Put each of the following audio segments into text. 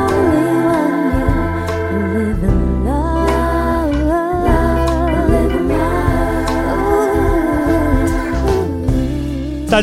only want you. Live in love, live in love. 大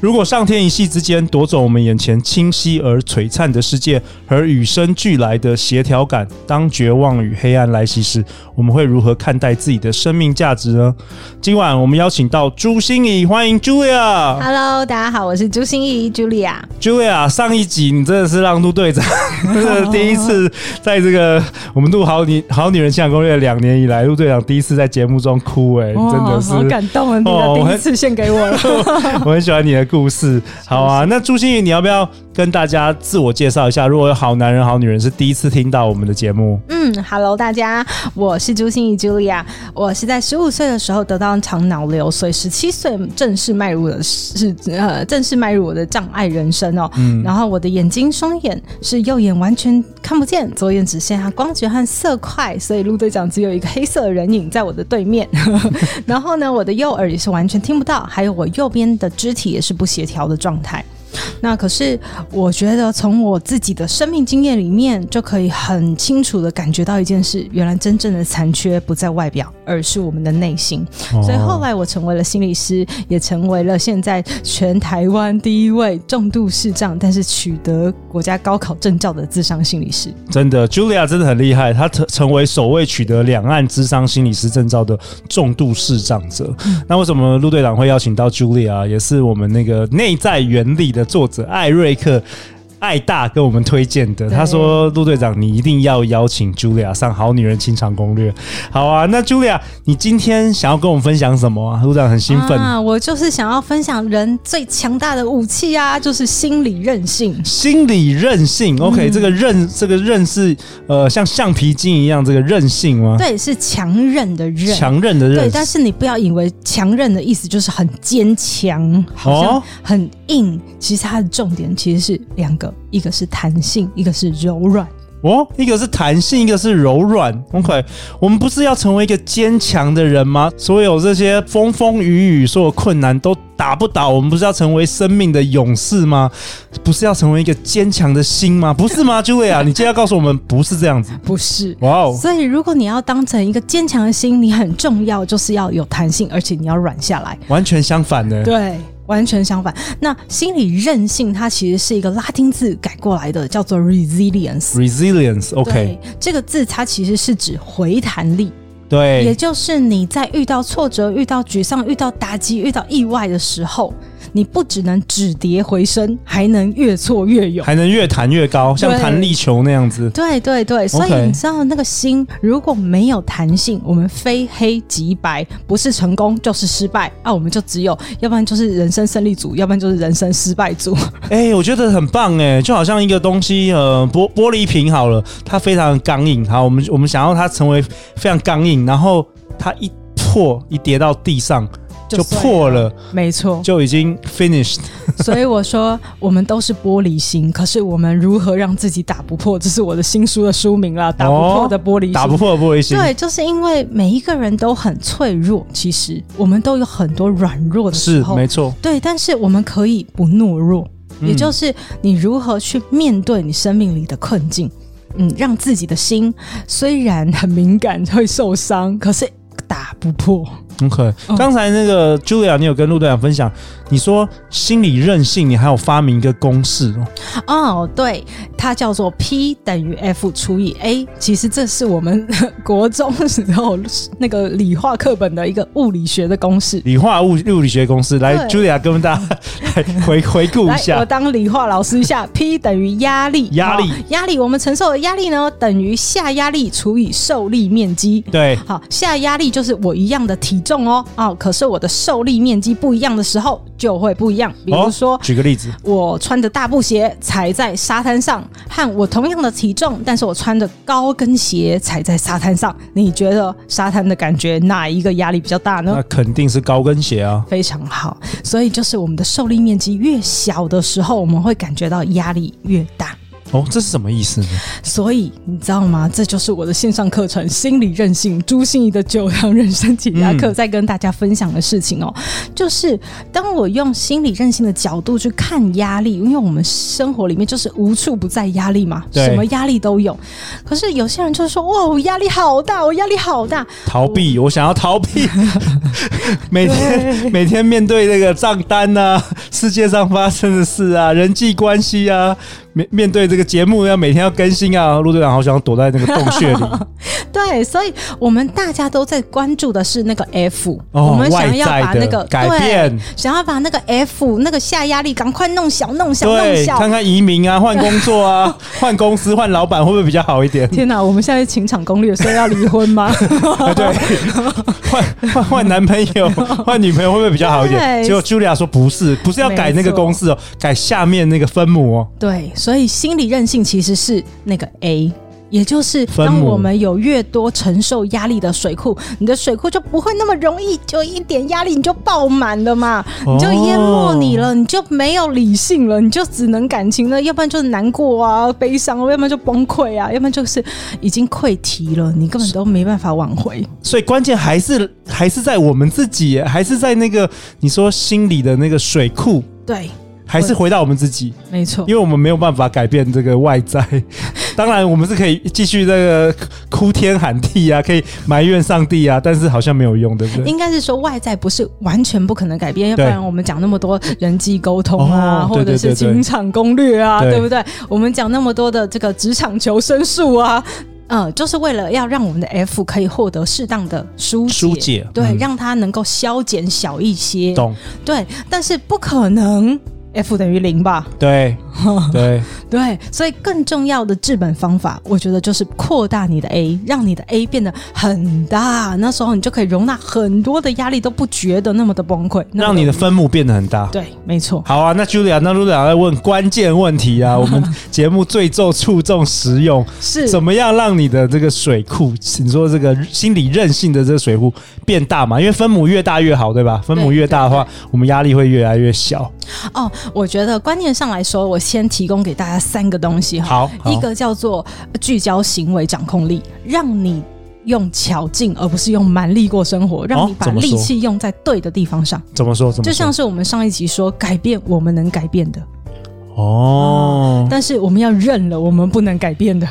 如果上天一夕之间夺走我们眼前清晰而璀璨的世界，和与生俱来的协调感，当绝望与黑暗来袭时，我们会如何看待自己的生命价值呢？今晚我们邀请到朱心怡，欢迎 Julia。 Hello，大家好，我是朱心怡 Julia。 Julia，上一集你真的是让陆队 长，真的第一次在这个我们录好女好女人情感攻略两年以来，陆队长第一次在节目中哭、哎，真的好是。感动啊！你哦我的第很一次献给 我了。我很喜欢你的故事，好啊。那朱星宇，你要不要跟大家自我介绍一下？如果有好男人、好女人是第一次听到我们的节目，嗯，Hello，大家，我是朱心怡 Julia。我是在十五岁的时候得到一场脑瘤，所以十七岁正式迈入的是呃正式迈入我的障碍人生哦。嗯然后我的眼睛双眼是右眼完全看不见，左眼只剩下光学和色块，所以陆队长只有一个黑色的人影在我的对面。 然后呢，我的右耳也是完全听不到，还有我右边的肢体也是不协调的状态。那可是，我觉得从我自己的生命经验里面，就可以很清楚的感觉到一件事：原来真正的残缺不在外表，而是我们的内心。哦所以嗯后来我成为了心理师，也成为了现在全台湾第一位重度视障，但是取得国家高考证照的智商心理师。真的，Julia 真的很厉害，她成成为首位取得两岸智商心理师证照的重度视障者。嗯那为什么陆队长会邀请到 Julia？也是我们那个《内在原理》的作者艾瑞克。艾大跟我们推荐的，对他说：“陆队长，你一定要邀请 Julia 上《好女人情场攻略》。”好啊，那 Julia，你今天想要跟我们分享什么啊？陆队长很兴奋，啊！我就是想要分享人最强大的武器啊，就是心理韧性。心理韧性。OK，、这嗯个韧，这个韧是呃，像橡皮筋一样，这个韧性吗？对，是强韧的韧。强韧的韧，对，但是你不要以为强韧的意思就是很坚强，好哦像很硬。其实它的重点其实是两个，一个是弹性，一个是柔软。哦，一个是弹性，一个是柔软。OK，我们不是要成为一个坚强的人吗？所有这些风风雨雨，所有困难都打不倒，我们不是要成为生命的勇士吗？不是要成为一个坚强的心吗？不是吗 ，Julia？你今天要告诉我们不是这样子。不是。哇哦，所以，如果你要当成一个坚强的心，你很重要，就是要有弹性，而且你要软下来。完全相反呢。对，完全相反。那心理韧性，它其实是一个拉丁字改过来的，叫做 resilience。 Resilience，OK，、对，这个字它其实是指回弹力。也对，就是你在遇到挫折、遇到沮丧、遇到打击、遇到意外的时候，你不只能止跌回升，还能越挫越勇。还能越弹越高，像对弹力球那样子。对对对，所以 OK 你知道那个心如果没有弹性，我们非黑即白，不是成功就是失败啊，我们就只有要不然就是人生胜利组，要不然就是人生失 败组。哎、我觉得很棒哎、就好像一个东西，呃，玻玻璃瓶好了，它非常刚硬。好，我们我们想要它成为非常刚硬，然后它一破一跌到地上就就碎破了，没错，就已经 finished。所以我说我们都是玻璃心，可是我们如何让自己打不破？这是我的新书的书名啦，打不破的玻璃心。哦打不破的玻璃心，对，就是因为每一个人都很脆弱，其实我们都有很多软弱的时是候。没错。对，但是我们可以不懦弱，也就是你如何去面对你生命里的困境，嗯，让自己的心虽然很敏感会受伤，可是打不破。 OK，嗯刚才那个 Julia，你有跟陆队长分享，你说心理韧性，你还有发明一个公式哦。哦，对，它叫做 P 等于 F 除以 A。其实这是我们 国中时候那个理化课本的一个物理学的公式。理化物物理学公式，来对，Julia 跟大家来回回顾一来，我下。当理化老师一下，P 等于压力，压力好压力，我们承受的压力呢，等于下压力除以受力面积。对，好，下压力就是我一样的体重哦，哦，可是我的受力面积不一样的时候就会不一样。比如说，哦、举个例子，我穿着大布鞋踩在沙滩上，和我同样的体重，但是我穿着高跟鞋踩在沙滩上，你觉得沙滩的感觉哪一个压力比较大呢？那肯定是高跟鞋啊。非常好，所以就是我们的受力面面积越小的时候，我们会感觉到压力越大。哦，这是什么意思呢？所以你知道吗？这就是我的线上课程《心理韧性》朱心怡的九堂人生解压课，在跟大家分享的事情哦， 就是当我用心理韧性的角度去看压力，因为我们生活里面就是无处不在压力嘛，对什么压力都有。可是有些人就是说，哇，我压力好大，我压力好大，逃避，我想要逃 避，每天每天面哦对那个账单啊，世界上发生的事啊，人际关系啊，面面对这个节目要每天要更新啊，陆队长好想躲在那个洞穴 里对，所以我们大家都在关注的是那个 F，、哦我们想要外在把的那个改变对，想要把那个 F 那个下压力赶快弄小、弄小、弄对，小。看看移民啊，换工作 啊，换公司换老板会不会比较好一点？天哪，我们现在情场攻略，所以要离婚吗？啊对，换换换男朋 友，换女朋友会不会比较好一点？对结果 Julia 说不是，不是要改那个没错公式哦，改下面那个分母哦。对，所以心理韧性其实是那个 A。也就是，分当母我们有越多承受压力的水库，你的水库就不会那么容易，就一点压力你就爆满了嘛，哦你就淹没你了，你就没有理性了，你就只能感情了，要不然就是难过啊、悲伤，要不然就崩溃啊，要不然就是已经溃堤了，你根本都没办法挽回。所以关键还是还是在我们自己耶，还是在那个你说心里的那个水库，对，还是回到我们自己，没错因。为我们没有办法改变这个外在。当然，我们是可以继续这个哭天喊地啊，可以埋怨上帝啊，但是好像没有用，对不对？应该是说外在不是完全不可能改变，要不对然我们讲那么多人际沟通啊，哦或者对对是对对情场攻略啊，对对不对？我们讲那么多的这个职场求生术啊。嗯，就是为了要让我们的 F 可以获得适当的疏解，疏解对，嗯让它能够消减小一些，懂？对，但是不可能 F 等于零吧？对对，对，所以更重要的治本方法，我觉得就是扩大你的 A，让你的 A 变得很大，那时候你就可以容纳很多的压力，都不觉得那么的崩溃，那么让你的分母变得很大。对，没错。好啊，那 Julia，那 Julia 在问关键问题啊，我们节目最重注重实用，是怎么样让你的这个水库，你说这个心理韧性的这个水库变大嘛？因为分母越大越好，对吧？分母越大的话，我们压力会越来越小。哦，我觉得观念上来说，我先提供给大家三个东西哈，好，好一个叫做聚焦行为掌控力，让你用巧劲而不是用蛮力过生活，让哦你把怎么说力气用在对的地方上，怎么说？怎么说就像是我们上一集说，改变我们能改变的，哦，但是我们要认了我们不能改变的。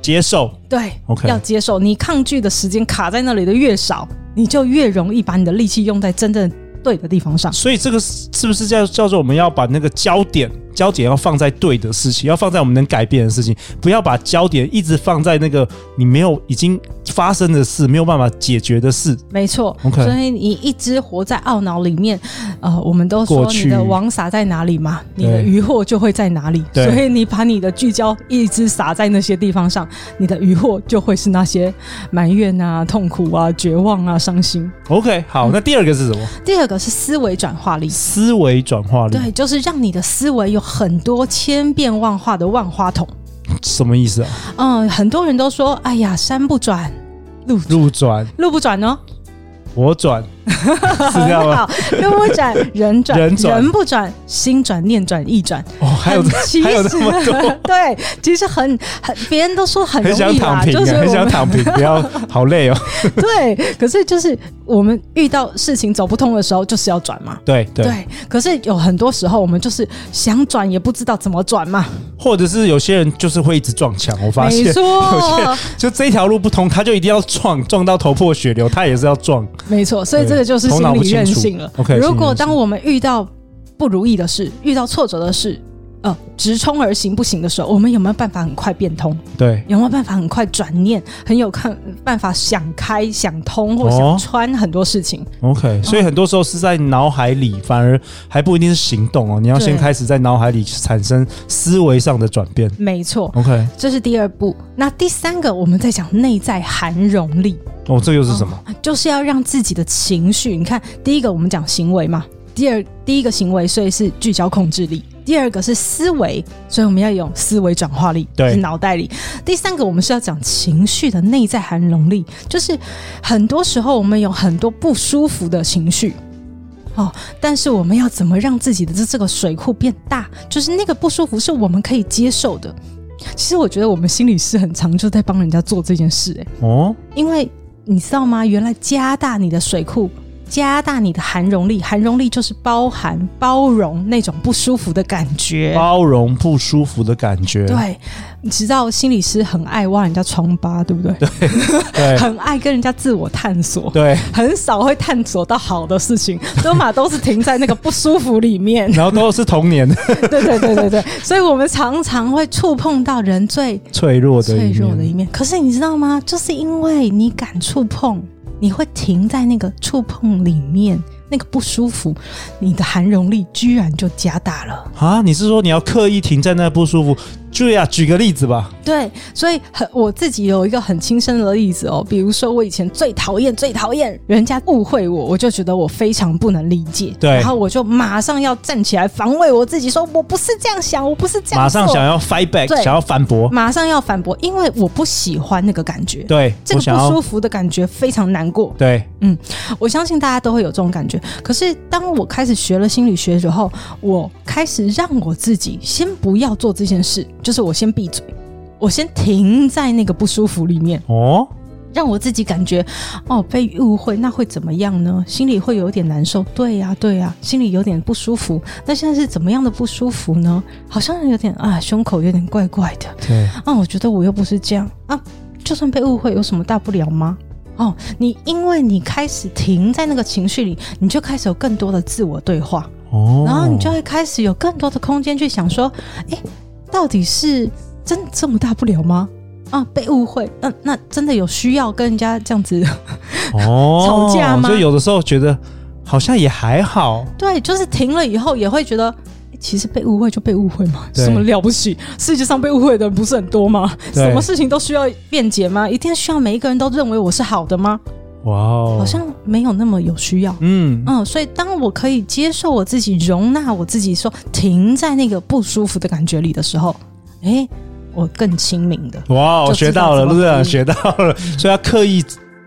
接受对 OK 要接受。你抗拒的时间卡在那里的越少，你就越容易把你的力气用在真正对的地方上。所以这个是是不是叫叫做我们要把那个焦点焦点要放在对的事情，要放在我们能改变的事情，不要把焦点一直放在那个你没有已经发生的事，没有办法解决的事。没错 OK 所以你一直活在懊恼里面，呃，我们都过说去你的网撒在哪里嘛，你的对鱼获就会在哪里。对所以你把你的聚焦一直撒在那些地方上，你的鱼获就会是那些埋怨啊、痛苦啊、绝望啊、伤心。 OK，好，嗯那第二个是什么？第二个是思维转化力，思维转化力，对，就是让你的思维有很多千变万化的万花筒。什么意思啊？嗯，很多人都说，哎呀，山不转，路转、路不转哦，我 转， 是这很样吗？好， 路不转，人转，人转不转，心转，念转，意转，哦，还有很这其实还有那么多， 对，其实很很，别人都说很容很想易啦，躺平、啊，就是我很想们躺 平，不要，好累哦。对，可是就是我们遇到事情走不通的时候，就是要转嘛。对对，对，可是有很多时候我们就是想转也不知道怎么转嘛，或者是有些人就是会一直撞墙，我发没现。有些错人， 就这条路不通，他就一定要撞，撞到头破血流，他也是要撞。没错，所以对这个就是头脑心不理清韧楚性了。 OK，如心理果韧当性我们遇到不如意的事、遇到挫折的事，呃，直冲而行不行的时候，我们有没有办法很快变通？对，有没有办法很快转念？很有看办法想开、想通或哦想穿很多事情？ OK，所以很多时候是在脑海里，反而还不一定是行动哦。你要先对开始在脑海里产生思维上的转变。没错。 OK，这是第二步，那第三个我们在讲内在涵容力，哦，这又是什么？就是要让自己的情绪。你看，第一个我们讲行为嘛，第二第一个行为，所以是聚焦控制力；第二个是思维，所以我们要有思维转化力，对是脑袋里；第三个我们是要讲情绪的内在含容力，就是很多时候我们有很多不舒服的情绪。哦，但是我们要怎么让自己的这这个水库变大？就是那个不舒服是我们可以接受的。其实我觉得我们心理师很常就在帮人家做这件事、哎，哦，因为你知道吗？原来加大你的水库，加大你的含容力，含容力就是包含包容那种不舒服的感觉。包容不舒服的感觉，对，你知道心理师很爱挖人家疮疤，对不对？对很爱跟人家自我探索，对，很少会探索到好的事情，都嘛都是停在那个不舒服里 面。然后都是童年对对对对对，所以我们常常会触碰到人最 脆弱的脆一弱的一面，面。可是你知道吗？就是因为你敢触碰，你会停在那个触碰里面，那个不舒服，你的含容力居然就加大了。啊！你是说你要刻意停在那不舒服？对啊，举个例子吧。对，所以很我自己有一个很亲身的例子哦，比如说我以前最讨厌、最讨厌人家误会我，我就觉得我非常不能理解，对然后我就马上要站起来防卫我自己，说我不是这样想，我不是这样，马上想，要 fight back，对嗯想要反驳，马上要反驳，因为我不喜欢那个感觉，对，这我个想不舒要，服的感觉非常难过。对，我相信大家都会有这种感觉。可是当我开始学了心理学之后，我开始让我自己先不要做这件事，就是我先闭嘴，我先停在那个不舒服里面，哦，让我自己感觉哦被误会，那会怎么样呢？心里会有点难受。对呀、对呀、心里有点不舒服。那现在是怎么样的不舒服呢？好像有点啊，胸口有点怪怪的。对，啊，我觉得我又不是这样啊，就算被误会有什么大不了吗？哦，你因为你开始停在那个情绪里，你就开始有更多的自我对话，哦，然后你就会开始有更多的空间去想说，诶，到底是真的这么大不了吗？啊，被误会，那那真的有需要跟人家这样子？ 哦吵架吗就有的时候觉得好像也还好，对，就是停了以后也会觉得。诶其实被误会就被误会嘛，对什么了不起？世界上被误会的人不是很多吗？对什么事情都需要辩解吗？一定需要每一个人都认为我是好的吗？哇哦，好像没有那么有需要。嗯，嗯，所以当我可以接受我自己、容纳我自己，说停在那个不舒服的感觉里的时候，诶，我更亲民的。哇哦，就学知到道了，怎么陆队长嗯学到了，所以要刻意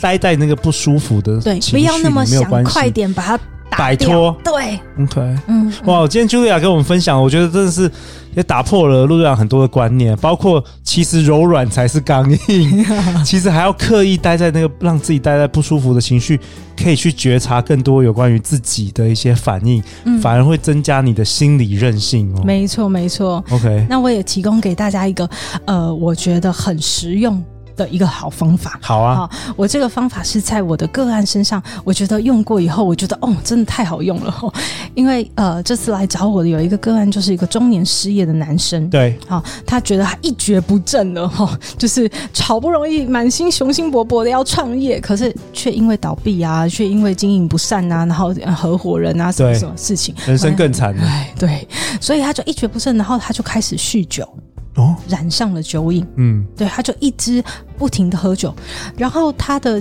待在那个不舒服的对，情不绪要那么里没有想关，系快点把它打摆掉脱对， ，OK。嗯，哇，今天 Julia 跟我们分享，我觉得真的是也打破了陆队长很多的观念，包括其实柔软才是刚 硬，其实还要刻意待在那个让自己待在不舒服的情绪，可以去觉察更多有关于自己的一些反应，反而会增加你的心理韧性哦。嗯没错，没错。 OK，那我也提供给大家一个，呃，我觉得很实用的一个好方法。好啊，好，哦我这个方法是在我的个案身上，我觉得用过以后，我觉得哦，真的太好用了、哦。因为呃，这次来找我的有一个个案，就是一个中年失业的男生。对，好、他觉得他一蹶不振了哈、哦，就是好不容易满心雄心勃勃的要创业，可是却因为倒闭啊，却因为经营不善啊，然后呃合伙人啊，什么对什么事情，人生更惨了哎，对，所以他就一蹶不振，然后他就开始酗酒，哦，染上了酒瘾。嗯，对，他就一直不停的喝酒，然后他的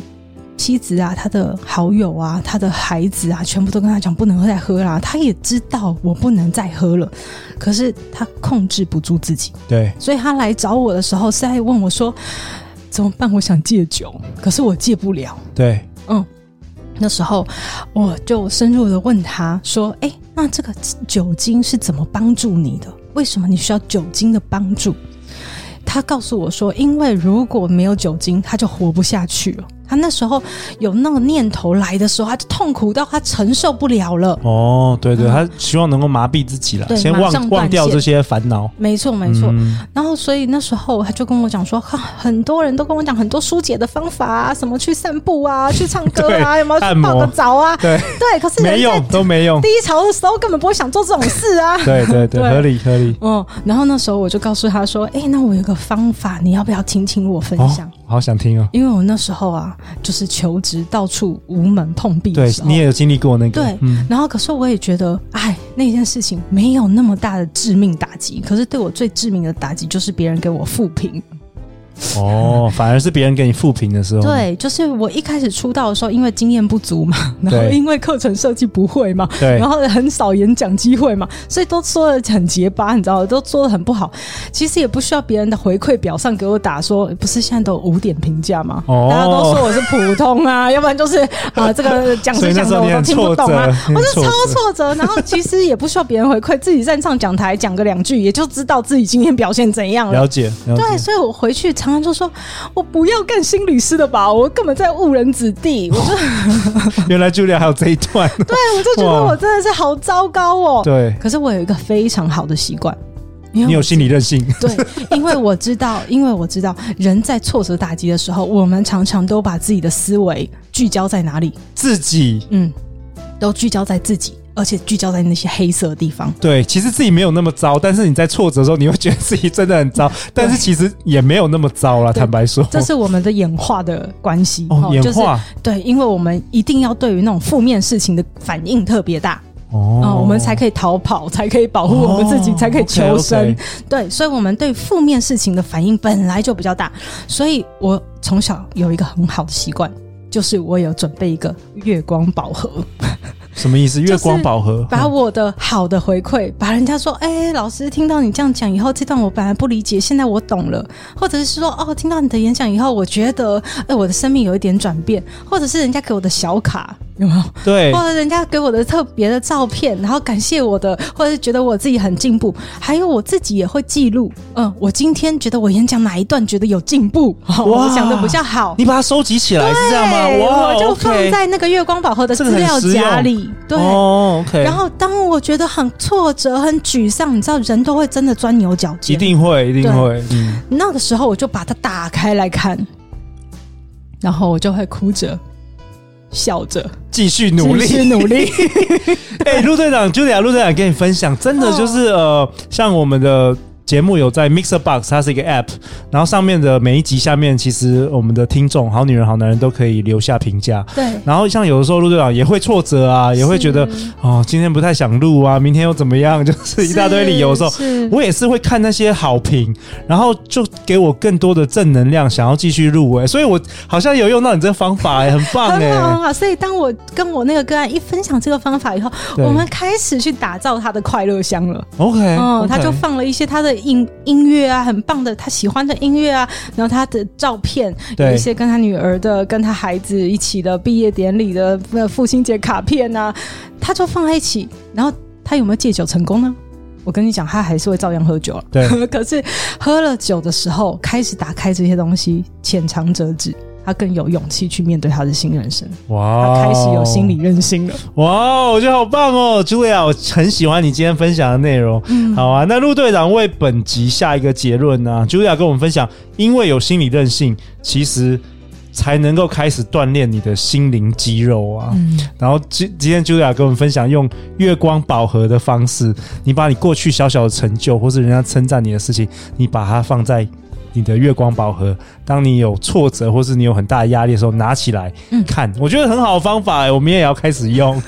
妻子啊、他的好友啊、他的孩子啊，全部都跟他讲不能再喝啦。他也知道我不能再喝了，可是他控制不住自己，对，所以他来找我的时候是在问我说怎么办？我想戒酒，可是我戒不了。对，嗯，那时候我就深入的问他说：“哎、那这个酒精是怎么帮助你的？为什么你需要酒精的帮助？”他告诉我说：“因为如果没有酒精，他就活不下去了。他那时候有那个念头来的时候，他就痛苦到他承受不了了。哦，对对，他希望能够麻痹自己了，嗯对先马上忘断忘掉线这些烦恼。没错，没错。嗯然后，所以那时候他就跟我讲说，哈，很多人都跟我讲很多疏解的方法啊，什么去散步啊，去唱歌啊，对有没有按去摩泡个澡啊？对，对，可是人没在用都没用。低潮的时候根本不会想做这种事啊。 对对对，对合理合理。嗯，然后那时候我就告诉他说：“哎、那我有个方法，你要不要听听我分哦享？，好想听哦。因为我那时候啊，就是求职到处无门碰壁对的时，候，你也有经历过那个，哦对嗯，然后可是我也觉得，哎，那件事情没有那么大的致命打击，可是对我最致命的打击就是别人给我负评。哦，反而是别人给你复评的时候，，对，就是我一开始出道的时候，因为经验不 足嘛，然后对因为课程设计不会嘛，对然后很少演讲机会嘛，所以都说的很结巴，你知道，都做的很不好。其实也不需要别人的回馈表上给我打说，不是现在都有五点评价嘛，哦大家都说我是普通 啊，要不然就是啊、这个讲所师以那讲时的候我你都很听不挫懂啊折，，你我很是超挫折挫折，然后其实也不需要别人回馈，自己站上讲台讲个两句，也就知道自己今天表现怎样了了。解，了解对，所以我回去常常就说，我不要干心理师的吧，我根本在误人子 弟。我就原来 Julia 还有这一段， 对我就觉得哇我真的是好糟糕哦。 对可是我有一个非常好的习惯，因你为有我心理韧性，对，因为我知道， 因为我知道，人在挫折打击的时候，我们常常都把自己的思维聚焦在哪里？自己嗯，都聚焦在自己，而且聚焦在那些黑色的地方。对，其实自己没有那么糟，但是你在挫折的时候，你会觉得自己真的很 糟，但是其实也没有那么糟啦。对坦白说，这是我们的演化的关系哦，演就是化对，因为我们一定要对于那种负面事情的反应特别大，哦哦，我们才可以逃跑，才可以保护我们自己，哦才可以求生 OK，OK。对，所以我们对负面事情的反应本来就比较大，所以我从小有一个很好的习惯。就是我有准备一个月光宝盒，什么意思？是月光宝盒，把我的好的回馈，把人家说，哎、老师听到你这样讲以后，这段我本来不理解，现在我懂了，或者是说，哦，听到你的演讲以后，我觉得，哎、我的生命有一点转变，或者是人家给我的小卡，有没有？对或者人家给我的特别的照片，然后感谢我的，或者是觉得我自己很进步，还有我自己也会记录。嗯，我今天觉得我演讲哪一段觉得有进步，哦、哇我讲的比较好。你把它收集起来是这样吗？对哇，我就放 OK 在那个月光宝盒的这个资很料实用夹里。对，哦，OK，然后当我觉得很挫折、很沮丧，你知道，人都会真的钻牛角尖。一定会，一定会，嗯，那个时候我就把它打开来看，然后我就会哭着、笑着，继续努继续力。努力。哎，陆队长，Julia，陆队长跟你分享，真的就是哦呃，像我们的。节目有在 Mixer Box，它是一个 App，然后上面的每一集下面，其实我们的听众，好女人、好男人都可以留下评价。对，然后像有的时候陆队长也会挫折啊，也会觉得哦，今天不太想录啊，明天又怎么样，就是一大堆理由的时候，是我也是会看那些好评，然后就给我更多的正能量，想要继续入围，所以我好像有用到你这方法、欸，很棒哎、很好很好，所以当我跟我那个个案一分享这个方法以后，对我们开始去打造他的快乐箱了。 OK，哦， OK 他就放了一些他的音音乐啊，很棒的他喜欢的音乐啊，然后他的照片，对有一些跟他女儿的、跟他孩子一起的毕业典礼的呃父亲节卡片啊，他就放在一起。然后他有没有戒酒成功呢？我跟你讲，他还是会照样喝酒了。对 可是喝了酒的时候，开始打开这些东西，浅尝辄止，他更有勇气去面对他的新人生。哇他哦，开始有心理韧性了。哇，我觉得好棒哦，Julia，我很喜欢你今天分享的内容。好啊，那陆队长为本集下一个结论呢、j u l i a 跟我们分享，因为有心理韧性，其实才能够开始锻炼你的心灵肌肉啊。然后今今天 Julia 跟我们分享，用月光宝盒的方式，你把你过去小小的成就，或是人家称赞你的事情，你把它放在。你的月光宝盒，当你有挫折或是你有很大的压力的时候，拿起来看，我觉得很好的方法、欸，我们也要开始用。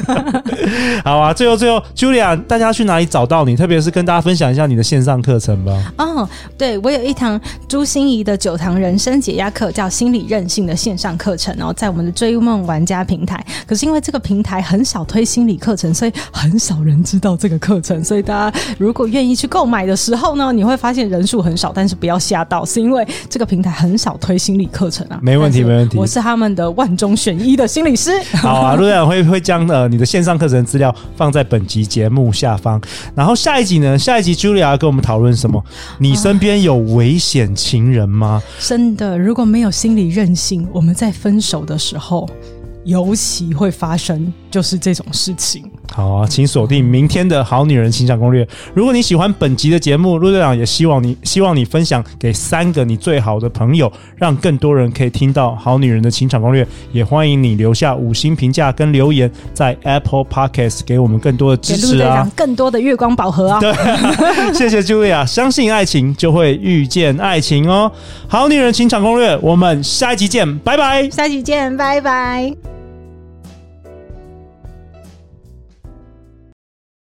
好啊，最后最后，Julia，大家去哪里找到你？特别是跟大家分享一下你的线上课程 吧。哦，对，我有一堂朱心怡的九堂人生解压课，叫心理韧性的线上课程哦，在我们的追梦玩家平台。可是因为这个平台很少推心理课程，所以很少人知道这个课程。所以大家如果愿意去购买的时候呢，你会发现人数很少，但是不要吓到，是因为这个平台很少推心理课程啊。没问题但是没问题我是他们的万中选一的心理师。好啊，陆队长会会将呃你的线上课程资料放在本集节目下方。然后下一集呢？下一集 Julia 要跟我们讨论什么？你身边有危险情人吗？真的，如果没有心理韧性，我们在分手的时候，尤其会发生就是这种事情。好啊，请锁定明天的好女人情感攻略。如果你喜欢本集的节目，陆队长也希望你希望你分享给三个你最好的朋友，让更多人可以听到好女人的情场攻略。也欢迎你留下五星评价跟留言，在 Apple Podcast 给我们更多的给支陆持队啊长！更多的月光宝盒啊！ 谢谢 Julia，相信爱情就会遇见爱情哦。好女人情场攻略，我们下一集见，拜拜。下期见，拜拜。